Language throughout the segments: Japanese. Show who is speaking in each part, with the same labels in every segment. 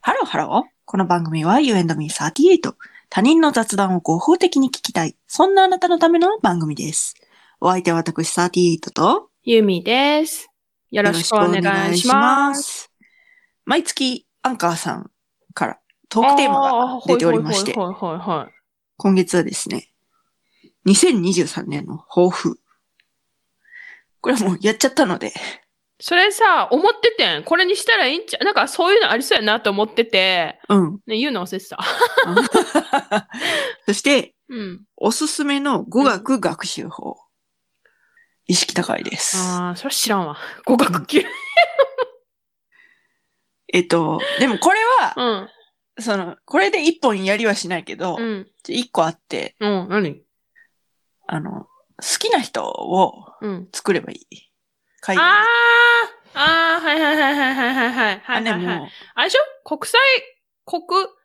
Speaker 1: ハローハロー。この番組は You and Me38。他人の雑談を合法的に聞きたい。そんなあなたのための番組です。お相手は私38と
Speaker 2: ゆみです。よろしくお願いします。
Speaker 1: す。毎月アンカーさんからトークテーマが
Speaker 2: が
Speaker 1: 出ておりまして
Speaker 2: はいはいはいはい。
Speaker 1: 今月はですね、2023年の抱負。これはもうやっちゃったので、
Speaker 2: それさ、思っててん。これにしたらいいんちゃうなんかそういうのありそうやなと思ってて、
Speaker 1: うん。
Speaker 2: ね、言うの忘れてた。
Speaker 1: そして、
Speaker 2: うん。
Speaker 1: おすすめの語学学習法。意識高いです。
Speaker 2: ああ、それ知らんわ。語 学級。
Speaker 1: えっと、でもこれは
Speaker 2: う、ん。
Speaker 1: その、これで一本やりはしないけど
Speaker 2: う、ん。
Speaker 1: ちょ一個あって、
Speaker 2: うん。何
Speaker 1: あの、好きな人を
Speaker 2: うん。
Speaker 1: 作ればいい。海外
Speaker 2: ああああ、はいはいはいはいはいはいはい。は
Speaker 1: あ、
Speaker 2: い
Speaker 1: で
Speaker 2: はいはい。
Speaker 1: も、
Speaker 2: あれでしょ国際、国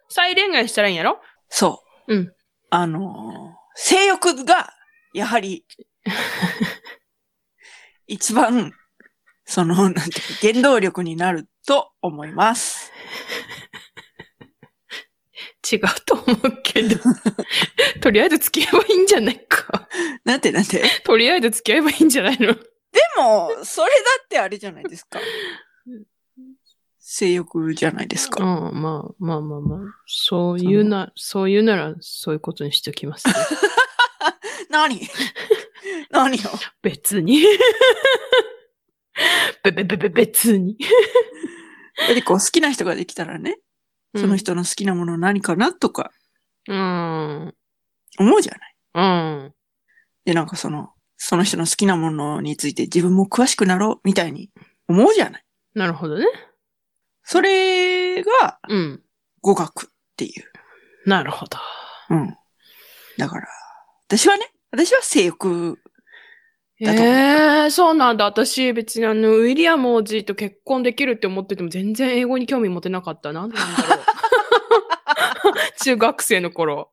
Speaker 2: 際恋愛したらいいんやろ
Speaker 1: そう。
Speaker 2: うん
Speaker 1: あのー、性欲が、やは り、一番、その、なんていうか、原動力になると思います。
Speaker 2: 違うと思う けど。とりあえず付き合えばいいんじゃないか。
Speaker 1: なんてなんて。で
Speaker 2: とりあえず付き合えばいいんじゃないの
Speaker 1: も、それだってあれじゃないですか。性欲じゃないですか。
Speaker 2: うん、まあまあまあまあ。そういうな、そういうなら、そういうことにしておき ます、ね。
Speaker 1: 何 何よ。
Speaker 2: 別に。べべべべ、 別に。
Speaker 1: だってこう好きな人ができたらね、その。人の好きなもの何かなとか
Speaker 2: うん。
Speaker 1: 思うじゃない。
Speaker 2: うん。
Speaker 1: で、なんかその、その人の好きなものについて自分も詳しくなろうみたいに思うじゃない。
Speaker 2: なるほどね。
Speaker 1: それが
Speaker 2: うん。
Speaker 1: 語学っていう。
Speaker 2: なるほど。
Speaker 1: うん。だから、私はね、私は性欲。
Speaker 2: え
Speaker 1: だと思う
Speaker 2: えー、そうなんだ。私、別にあの、ウィリアム王子と結婚できるって思ってても、全然英語に興味持てなかった。なんでなんだ ろう。中学生の頃。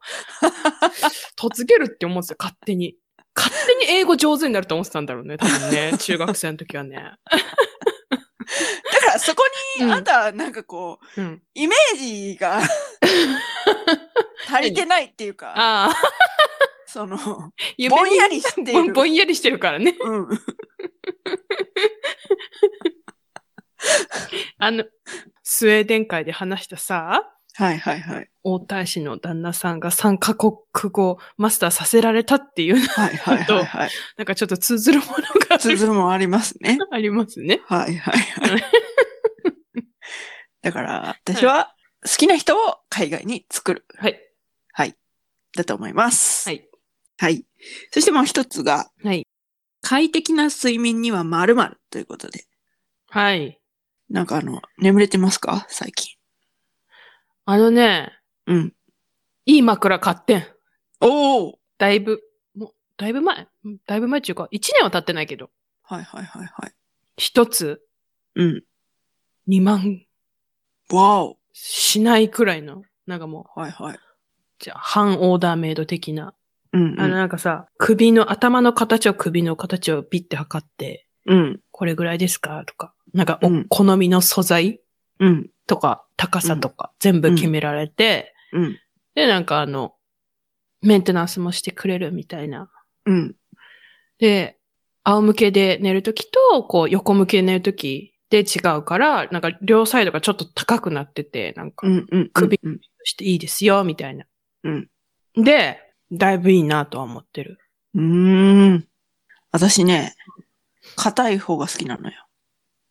Speaker 2: 突げるって思ってた、勝手に。勝手に英語上手になると思ってたんだろうね、多分ね。中学生の時はね。
Speaker 1: だからそこに、
Speaker 2: うん
Speaker 1: あんた、なんかこう、
Speaker 2: うん。
Speaker 1: イメージが足りてないっていうか、
Speaker 2: ああ、
Speaker 1: その、
Speaker 2: 夢
Speaker 1: ぼん
Speaker 2: に
Speaker 1: やりして
Speaker 2: ぼ
Speaker 1: い
Speaker 2: ん
Speaker 1: る。
Speaker 2: ぼんやりしてるからね。
Speaker 1: うん。
Speaker 2: あの、スウェーデン会で話したさ、
Speaker 1: はいはいはい。
Speaker 2: 王太子の旦那さんが3カ国語マスターさせられたっていう、
Speaker 1: はいはいはいはい。
Speaker 2: なんかちょっと通ずるものがあ
Speaker 1: つ
Speaker 2: る
Speaker 1: づるもあります ね。
Speaker 2: ありますね。
Speaker 1: はいはい はい。だから、私は好きな人を海外に作る。
Speaker 2: はい。
Speaker 1: だと思います。
Speaker 2: はい。
Speaker 1: はい。そしてもう一つが、
Speaker 2: はい。
Speaker 1: 快適な睡眠には〇〇ということで。
Speaker 2: はい。
Speaker 1: なんかあの、眠れてますか最近。
Speaker 2: あのね、
Speaker 1: うん。
Speaker 2: いい枕買ってん。
Speaker 1: おお
Speaker 2: だいぶ、もう、だいぶ前うんだいぶ前っていうか、1年は経ってないけど。
Speaker 1: はいはいはいはい。
Speaker 2: 一つ、
Speaker 1: うん。
Speaker 2: 2万
Speaker 1: わお
Speaker 2: しないくらいの、なんかもう、
Speaker 1: はいはい。
Speaker 2: じゃあ、半オーダーメイド的な。
Speaker 1: うん、う
Speaker 2: あの、
Speaker 1: ん。
Speaker 2: なんかさ、首の、頭の形を首の形をピッて測って、
Speaker 1: うん。
Speaker 2: これぐらいですかとか、なんかお、
Speaker 1: うん
Speaker 2: 好みの素材
Speaker 1: うん。
Speaker 2: とか、高さとか、全部決められて、
Speaker 1: うん。
Speaker 2: で、なんかあの、メンテナンスもしてくれるみたいな。
Speaker 1: うん。
Speaker 2: で、仰向けで寝るときと、こう、横向けで寝るときで違うから、なんか両サイドがちょっと高くなってて、なんか
Speaker 1: う、ん。うん。
Speaker 2: 首
Speaker 1: うん。
Speaker 2: していいですよ、みたいな。
Speaker 1: うん。
Speaker 2: で、だいぶいいなとは思ってる。
Speaker 1: うーん。私ね、硬い方が好きなのよ。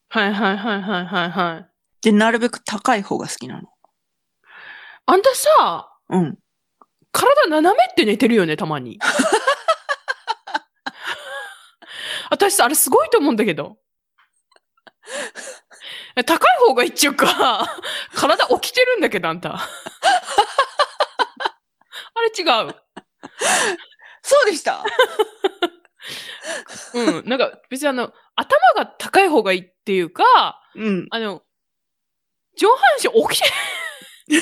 Speaker 2: はいはいはいはいはいはい。
Speaker 1: で、なるべく高い方が好きなの。
Speaker 2: あんたさ、
Speaker 1: うん。
Speaker 2: 体斜めって寝てるよね、た まに。私さ、あれすごいと思うんだけど。高い方がいいっちゅうか、体起きてるんだけど、あんた。あれ違う。
Speaker 1: そうでした
Speaker 2: うん。なんか別にあの、頭が高い方がいいっていうか、
Speaker 1: うん。
Speaker 2: あの、上半身起きて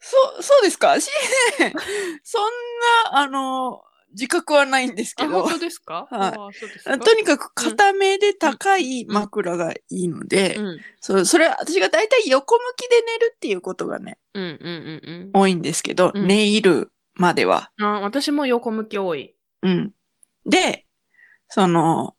Speaker 1: そう、そうですか私ね、そんな、あの、自覚はないんですけ
Speaker 2: あ、
Speaker 1: ど
Speaker 2: 本、当ですか
Speaker 1: はい
Speaker 2: あそうですか
Speaker 1: あとにかく硬めで高い枕がいいので、
Speaker 2: うん。
Speaker 1: そうそれは私が大体横向きで寝るっていうことがね、
Speaker 2: うんうんうん
Speaker 1: 多いんですけど、
Speaker 2: うん
Speaker 1: 寝入るまでは。
Speaker 2: うん。あ私も横向き多い。
Speaker 1: うん。で、その、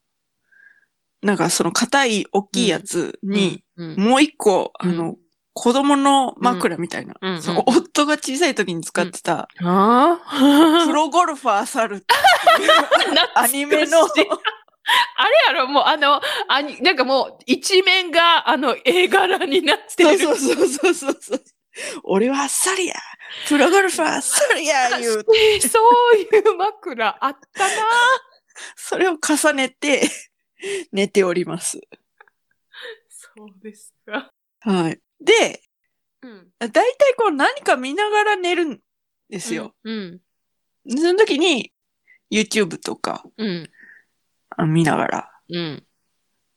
Speaker 1: なんかその硬い大きいやつに、
Speaker 2: うん、
Speaker 1: もう一個、
Speaker 2: うん
Speaker 1: あの、子供の枕みたいな、
Speaker 2: うんうん
Speaker 1: その夫が小さい時に使ってた、
Speaker 2: あ
Speaker 1: プ
Speaker 2: あ
Speaker 1: ロゴルファー猿っていう アニメの、
Speaker 2: あれやろもうあのあになんかもう一面があの絵柄になって
Speaker 1: そう
Speaker 2: る
Speaker 1: そうそうそうそうそう。俺はサリアプロゴルファーサリアいう
Speaker 2: そういう枕あったな
Speaker 1: それを重ねて寝ております。
Speaker 2: そうですか
Speaker 1: はい。で、
Speaker 2: うん
Speaker 1: だいたいこう何か見ながら寝るんですよ。
Speaker 2: うん
Speaker 1: その時に YouTube とか
Speaker 2: うん
Speaker 1: あ見ながら
Speaker 2: うん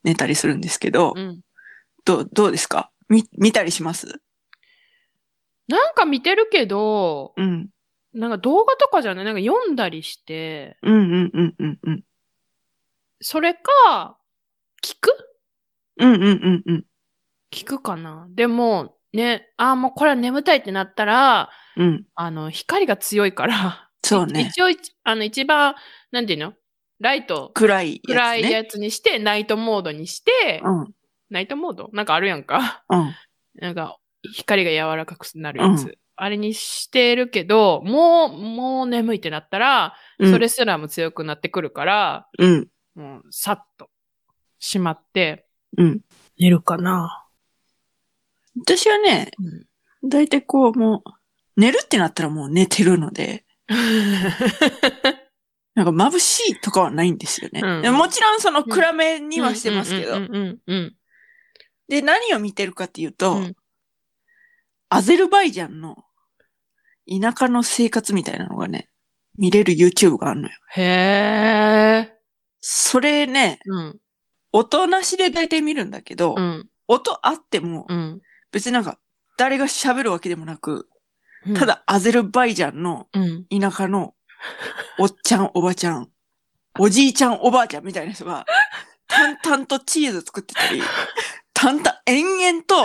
Speaker 1: 寝たりするんですけど、
Speaker 2: うん
Speaker 1: どうどうですか見見たりします
Speaker 2: なんか見てるけど
Speaker 1: うん。
Speaker 2: なんか動画とかじゃないなんか読んだりして
Speaker 1: うんうんうんうんうん。
Speaker 2: それか聞く
Speaker 1: うんうんうんうん。
Speaker 2: 聞くかなでもねあーもうこれは眠たいってなったら
Speaker 1: うん。
Speaker 2: あの光が強いから
Speaker 1: そうね。
Speaker 2: 一応いち、あの、一番、なんていうのライト、
Speaker 1: 暗いや
Speaker 2: 暗
Speaker 1: つ、ね。
Speaker 2: いやつにして、ナイトモードにして、
Speaker 1: うん。
Speaker 2: ナイトモードなんかあるやんか。
Speaker 1: うん。
Speaker 2: なんか、光が柔らかくなるやつ。
Speaker 1: う
Speaker 2: あれにしてるけど、もう、もう眠いってなったら、
Speaker 1: うん
Speaker 2: それすらも強くなってくるから、
Speaker 1: うん。
Speaker 2: もう、さっと、しまって、
Speaker 1: うん。
Speaker 2: 寝るかな。
Speaker 1: 私はね、
Speaker 2: うん
Speaker 1: だいたいこうもう、寝るってなったらもう寝てるので、なんか眩しいとかはないんですよね。
Speaker 2: うん
Speaker 1: でももちろんその暗めにはしてますけど。
Speaker 2: うんうんうんうん
Speaker 1: で、何を見てるかっていうと、
Speaker 2: うん
Speaker 1: アゼルバイジャンの田舎の生活みたいなのがね、見れる YouTube があるのよ。
Speaker 2: へえ。
Speaker 1: それね、
Speaker 2: うん。
Speaker 1: 音なしで大体見るんだけど、
Speaker 2: うん。
Speaker 1: 音あっても
Speaker 2: うん。
Speaker 1: 別になんか誰が喋るわけでもなく、
Speaker 2: うん
Speaker 1: た、だアゼルバイジャンの
Speaker 2: うん。
Speaker 1: 田舎のおっちゃんおばちゃん、おじいちゃんおばあちゃんみたいな人が、淡々とチーズ作ってたり、淡々、延々と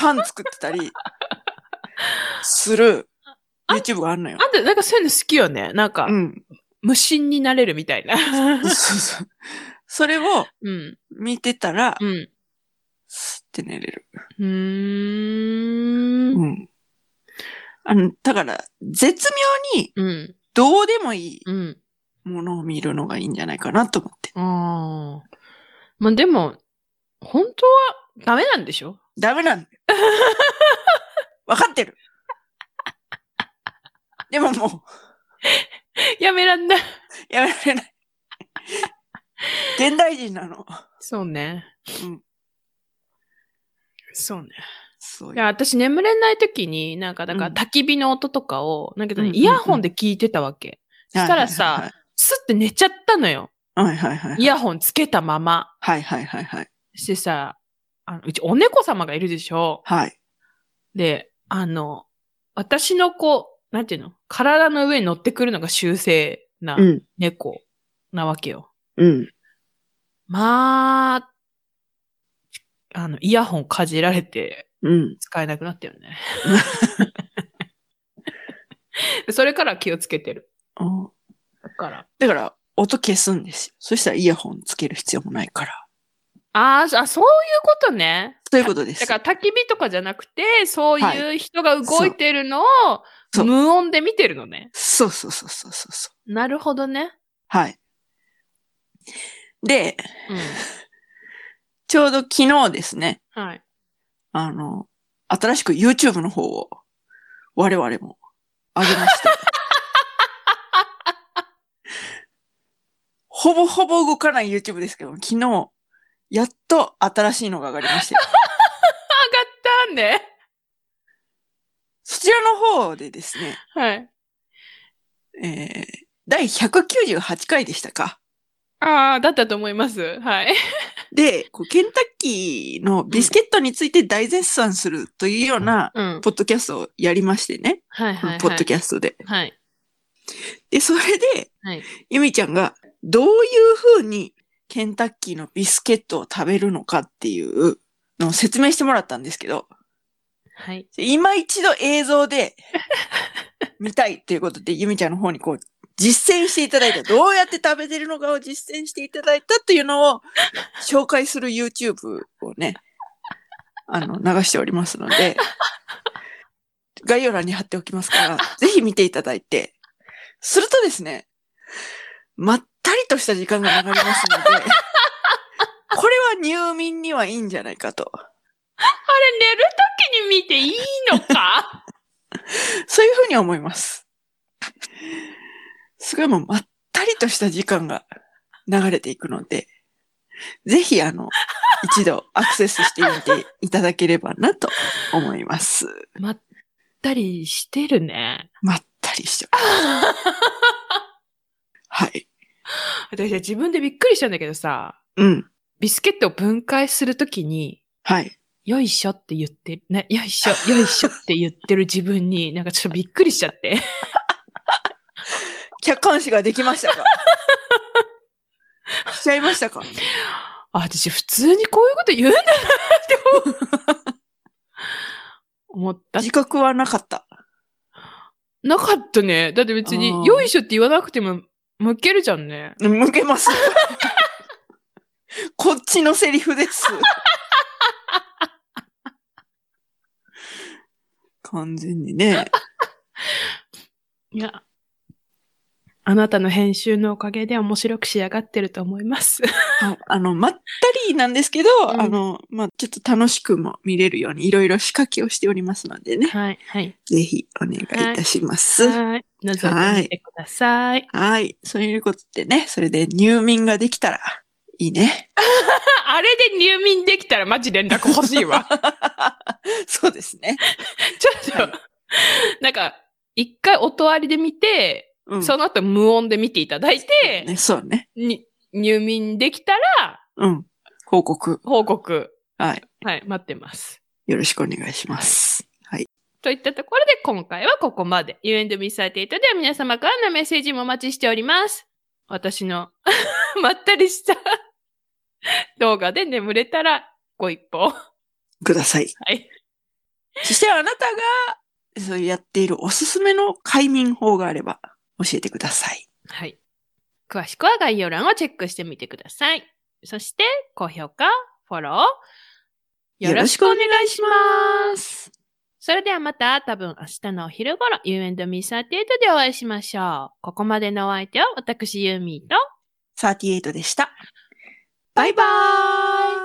Speaker 1: パン作ってたり、する YouTube があるのよ。
Speaker 2: あんた、なんかそういうの好きよね。なんか、
Speaker 1: うん。
Speaker 2: 無心になれるみたいな。
Speaker 1: そうそう。それを
Speaker 2: うん。
Speaker 1: 見てたら
Speaker 2: う、ん。
Speaker 1: スッて寝れる。
Speaker 2: うーん。
Speaker 1: うん。あの、だから、絶妙に
Speaker 2: うん。
Speaker 1: どうでもいい
Speaker 2: うん。
Speaker 1: ものを見るのがいいんじゃないかなと思って。
Speaker 2: ああ。まあでも、本当はダメなんでしょ
Speaker 1: ダメなんだよ。わかってる。でももう、
Speaker 2: やめらんない。
Speaker 1: やめられない。現代人なの。
Speaker 2: そうね。
Speaker 1: うん。
Speaker 2: そうね。
Speaker 1: そう
Speaker 2: い
Speaker 1: いう。
Speaker 2: や、私眠れない時に、なんか、だから
Speaker 1: うん
Speaker 2: 焚き火の音とかを、なんかね
Speaker 1: うん
Speaker 2: イヤホンで聞いてたわけ。
Speaker 1: はい
Speaker 2: したらさ、スッて寝ちゃったのよ。
Speaker 1: はいはいはい。
Speaker 2: イヤホンつけたまま。
Speaker 1: はいはいはいはい。
Speaker 2: してさ、あのうちお猫様がいるでしょ
Speaker 1: はい。
Speaker 2: で、あの、私のこう、なんていうの体の上に乗ってくるのが修正な
Speaker 1: うん。
Speaker 2: 猫なわけよ。
Speaker 1: うん。
Speaker 2: まあ、あの、イヤホンかじられて
Speaker 1: うん。
Speaker 2: 使えなくなった よね。それから気をつけてる。
Speaker 1: あ
Speaker 2: だから。
Speaker 1: だから、音消すんですよ。そしたらイヤホンつける必要もないから。
Speaker 2: あーあ、そういうことね。
Speaker 1: そういうことです。
Speaker 2: だから焚き火とかじゃなくて、そういう人が動いてるのを
Speaker 1: そう
Speaker 2: 無音で見てるのね。
Speaker 1: そうそうそうそうそうそう。
Speaker 2: なるほどね。
Speaker 1: はい。で、
Speaker 2: う
Speaker 1: ちょうど昨日ですね。
Speaker 2: ん。はい。
Speaker 1: あの、新しく YouTube の方を、我々も、上げました。 ほぼほぼ動かない YouTube ですけど、昨日、やっと新しいのが上がりましたよ。
Speaker 2: 上がったね。
Speaker 1: そちらの方でですね、
Speaker 2: はい。
Speaker 1: えー、第198回でしたか。
Speaker 2: ああ、だったと思います。はい。
Speaker 1: で、こうケンタッキーのビスケットについて大絶賛するというような、
Speaker 2: うん。
Speaker 1: ポッドキャストをやりましてね。
Speaker 2: はいはい、はい。
Speaker 1: ポッドキャストで。
Speaker 2: はい。
Speaker 1: で、それで、
Speaker 2: はい。
Speaker 1: ゆみちゃんがどういう風にケンタッキーのビスケットを食べるのかっていうのを説明してもらったんですけど、
Speaker 2: はい。
Speaker 1: 今一度映像で見たいということで、ゆみちゃんの方にこう、実践していただいた、どうやって食べてるのかを実践していただいたっていうのを紹介する YouTube をね、あの、流しておりますので、概要欄に貼っておきますから、ぜひ見ていただいて、するとですね、まったりとした時間が流れますので、これは入眠にはいいんじゃないかと。
Speaker 2: あれ、寝るときに見ていいのか
Speaker 1: そういうふうに思います。すごいもうまったりとした時間が流れていくので、ぜひあの、一度アクセスしてみていただければなと思います。
Speaker 2: まったりしてるね。
Speaker 1: まったりしてます。はい。
Speaker 2: 私、自分でびっくりしたんだけどさ、
Speaker 1: うん。
Speaker 2: ビスケットを分解するときに、
Speaker 1: はい。
Speaker 2: よいしょって言ってる、ね、よいし ょ、よいしょって言ってる自分に、なんかちょっとびっくりしちゃって。
Speaker 1: 客観視ができましたかしちゃいましたか
Speaker 2: あ、私普通にこういうこと言うんだなって思う思った。
Speaker 1: 自覚はなかった。
Speaker 2: なかったね。だって別
Speaker 1: あー
Speaker 2: に、よいしょって言わなくても、むけるじゃんね。
Speaker 1: 向け ます。こっちのセリフ です。完全に ね。
Speaker 2: いや。あなたの編集のおかげで面白く仕上がってると思い ます。
Speaker 1: ああの、まったりなんですけど、
Speaker 2: うん
Speaker 1: あの、まあ、ちょっと楽しくも見れるようにいろいろ仕掛けをしておりますのでね。
Speaker 2: はい、はい。
Speaker 1: ぜひお願いいたします。はい。
Speaker 2: はい。覗い てみてください。
Speaker 1: そういうことでね、それで入眠ができたらいいね。
Speaker 2: ああれで入眠できたらマジ連絡欲しい わ。
Speaker 1: そうですね。
Speaker 2: ちょっと、
Speaker 1: はい
Speaker 2: なんか、一回音割りで見て、
Speaker 1: うん。
Speaker 2: その後無音で見ていただいて、
Speaker 1: ね、そうね。
Speaker 2: に入眠できたら
Speaker 1: うん。報告。
Speaker 2: 報告。
Speaker 1: はい。
Speaker 2: はい、待ってます。
Speaker 1: よろしくお願いします。はい。
Speaker 2: といったところで今回はここまで。You and me サイテイトでは皆様からのメッセージもお待ちしております。私の まったりした 動画で眠れたらご一報。は
Speaker 1: ください。
Speaker 2: い。
Speaker 1: そしてあなたが、そういうやっているおすすめの快眠法があれば教えてください。
Speaker 2: はい。詳しくは概要欄をチェックしてみてください。そして、高評価、フォロー、よろしくお願いし
Speaker 1: 願いし
Speaker 2: ます
Speaker 1: す。
Speaker 2: それではまた多分明日のお昼頃 You and me38 でお会いしましょう。ここまでのお相手は私ユーミーと
Speaker 1: 38でした。バイバーイ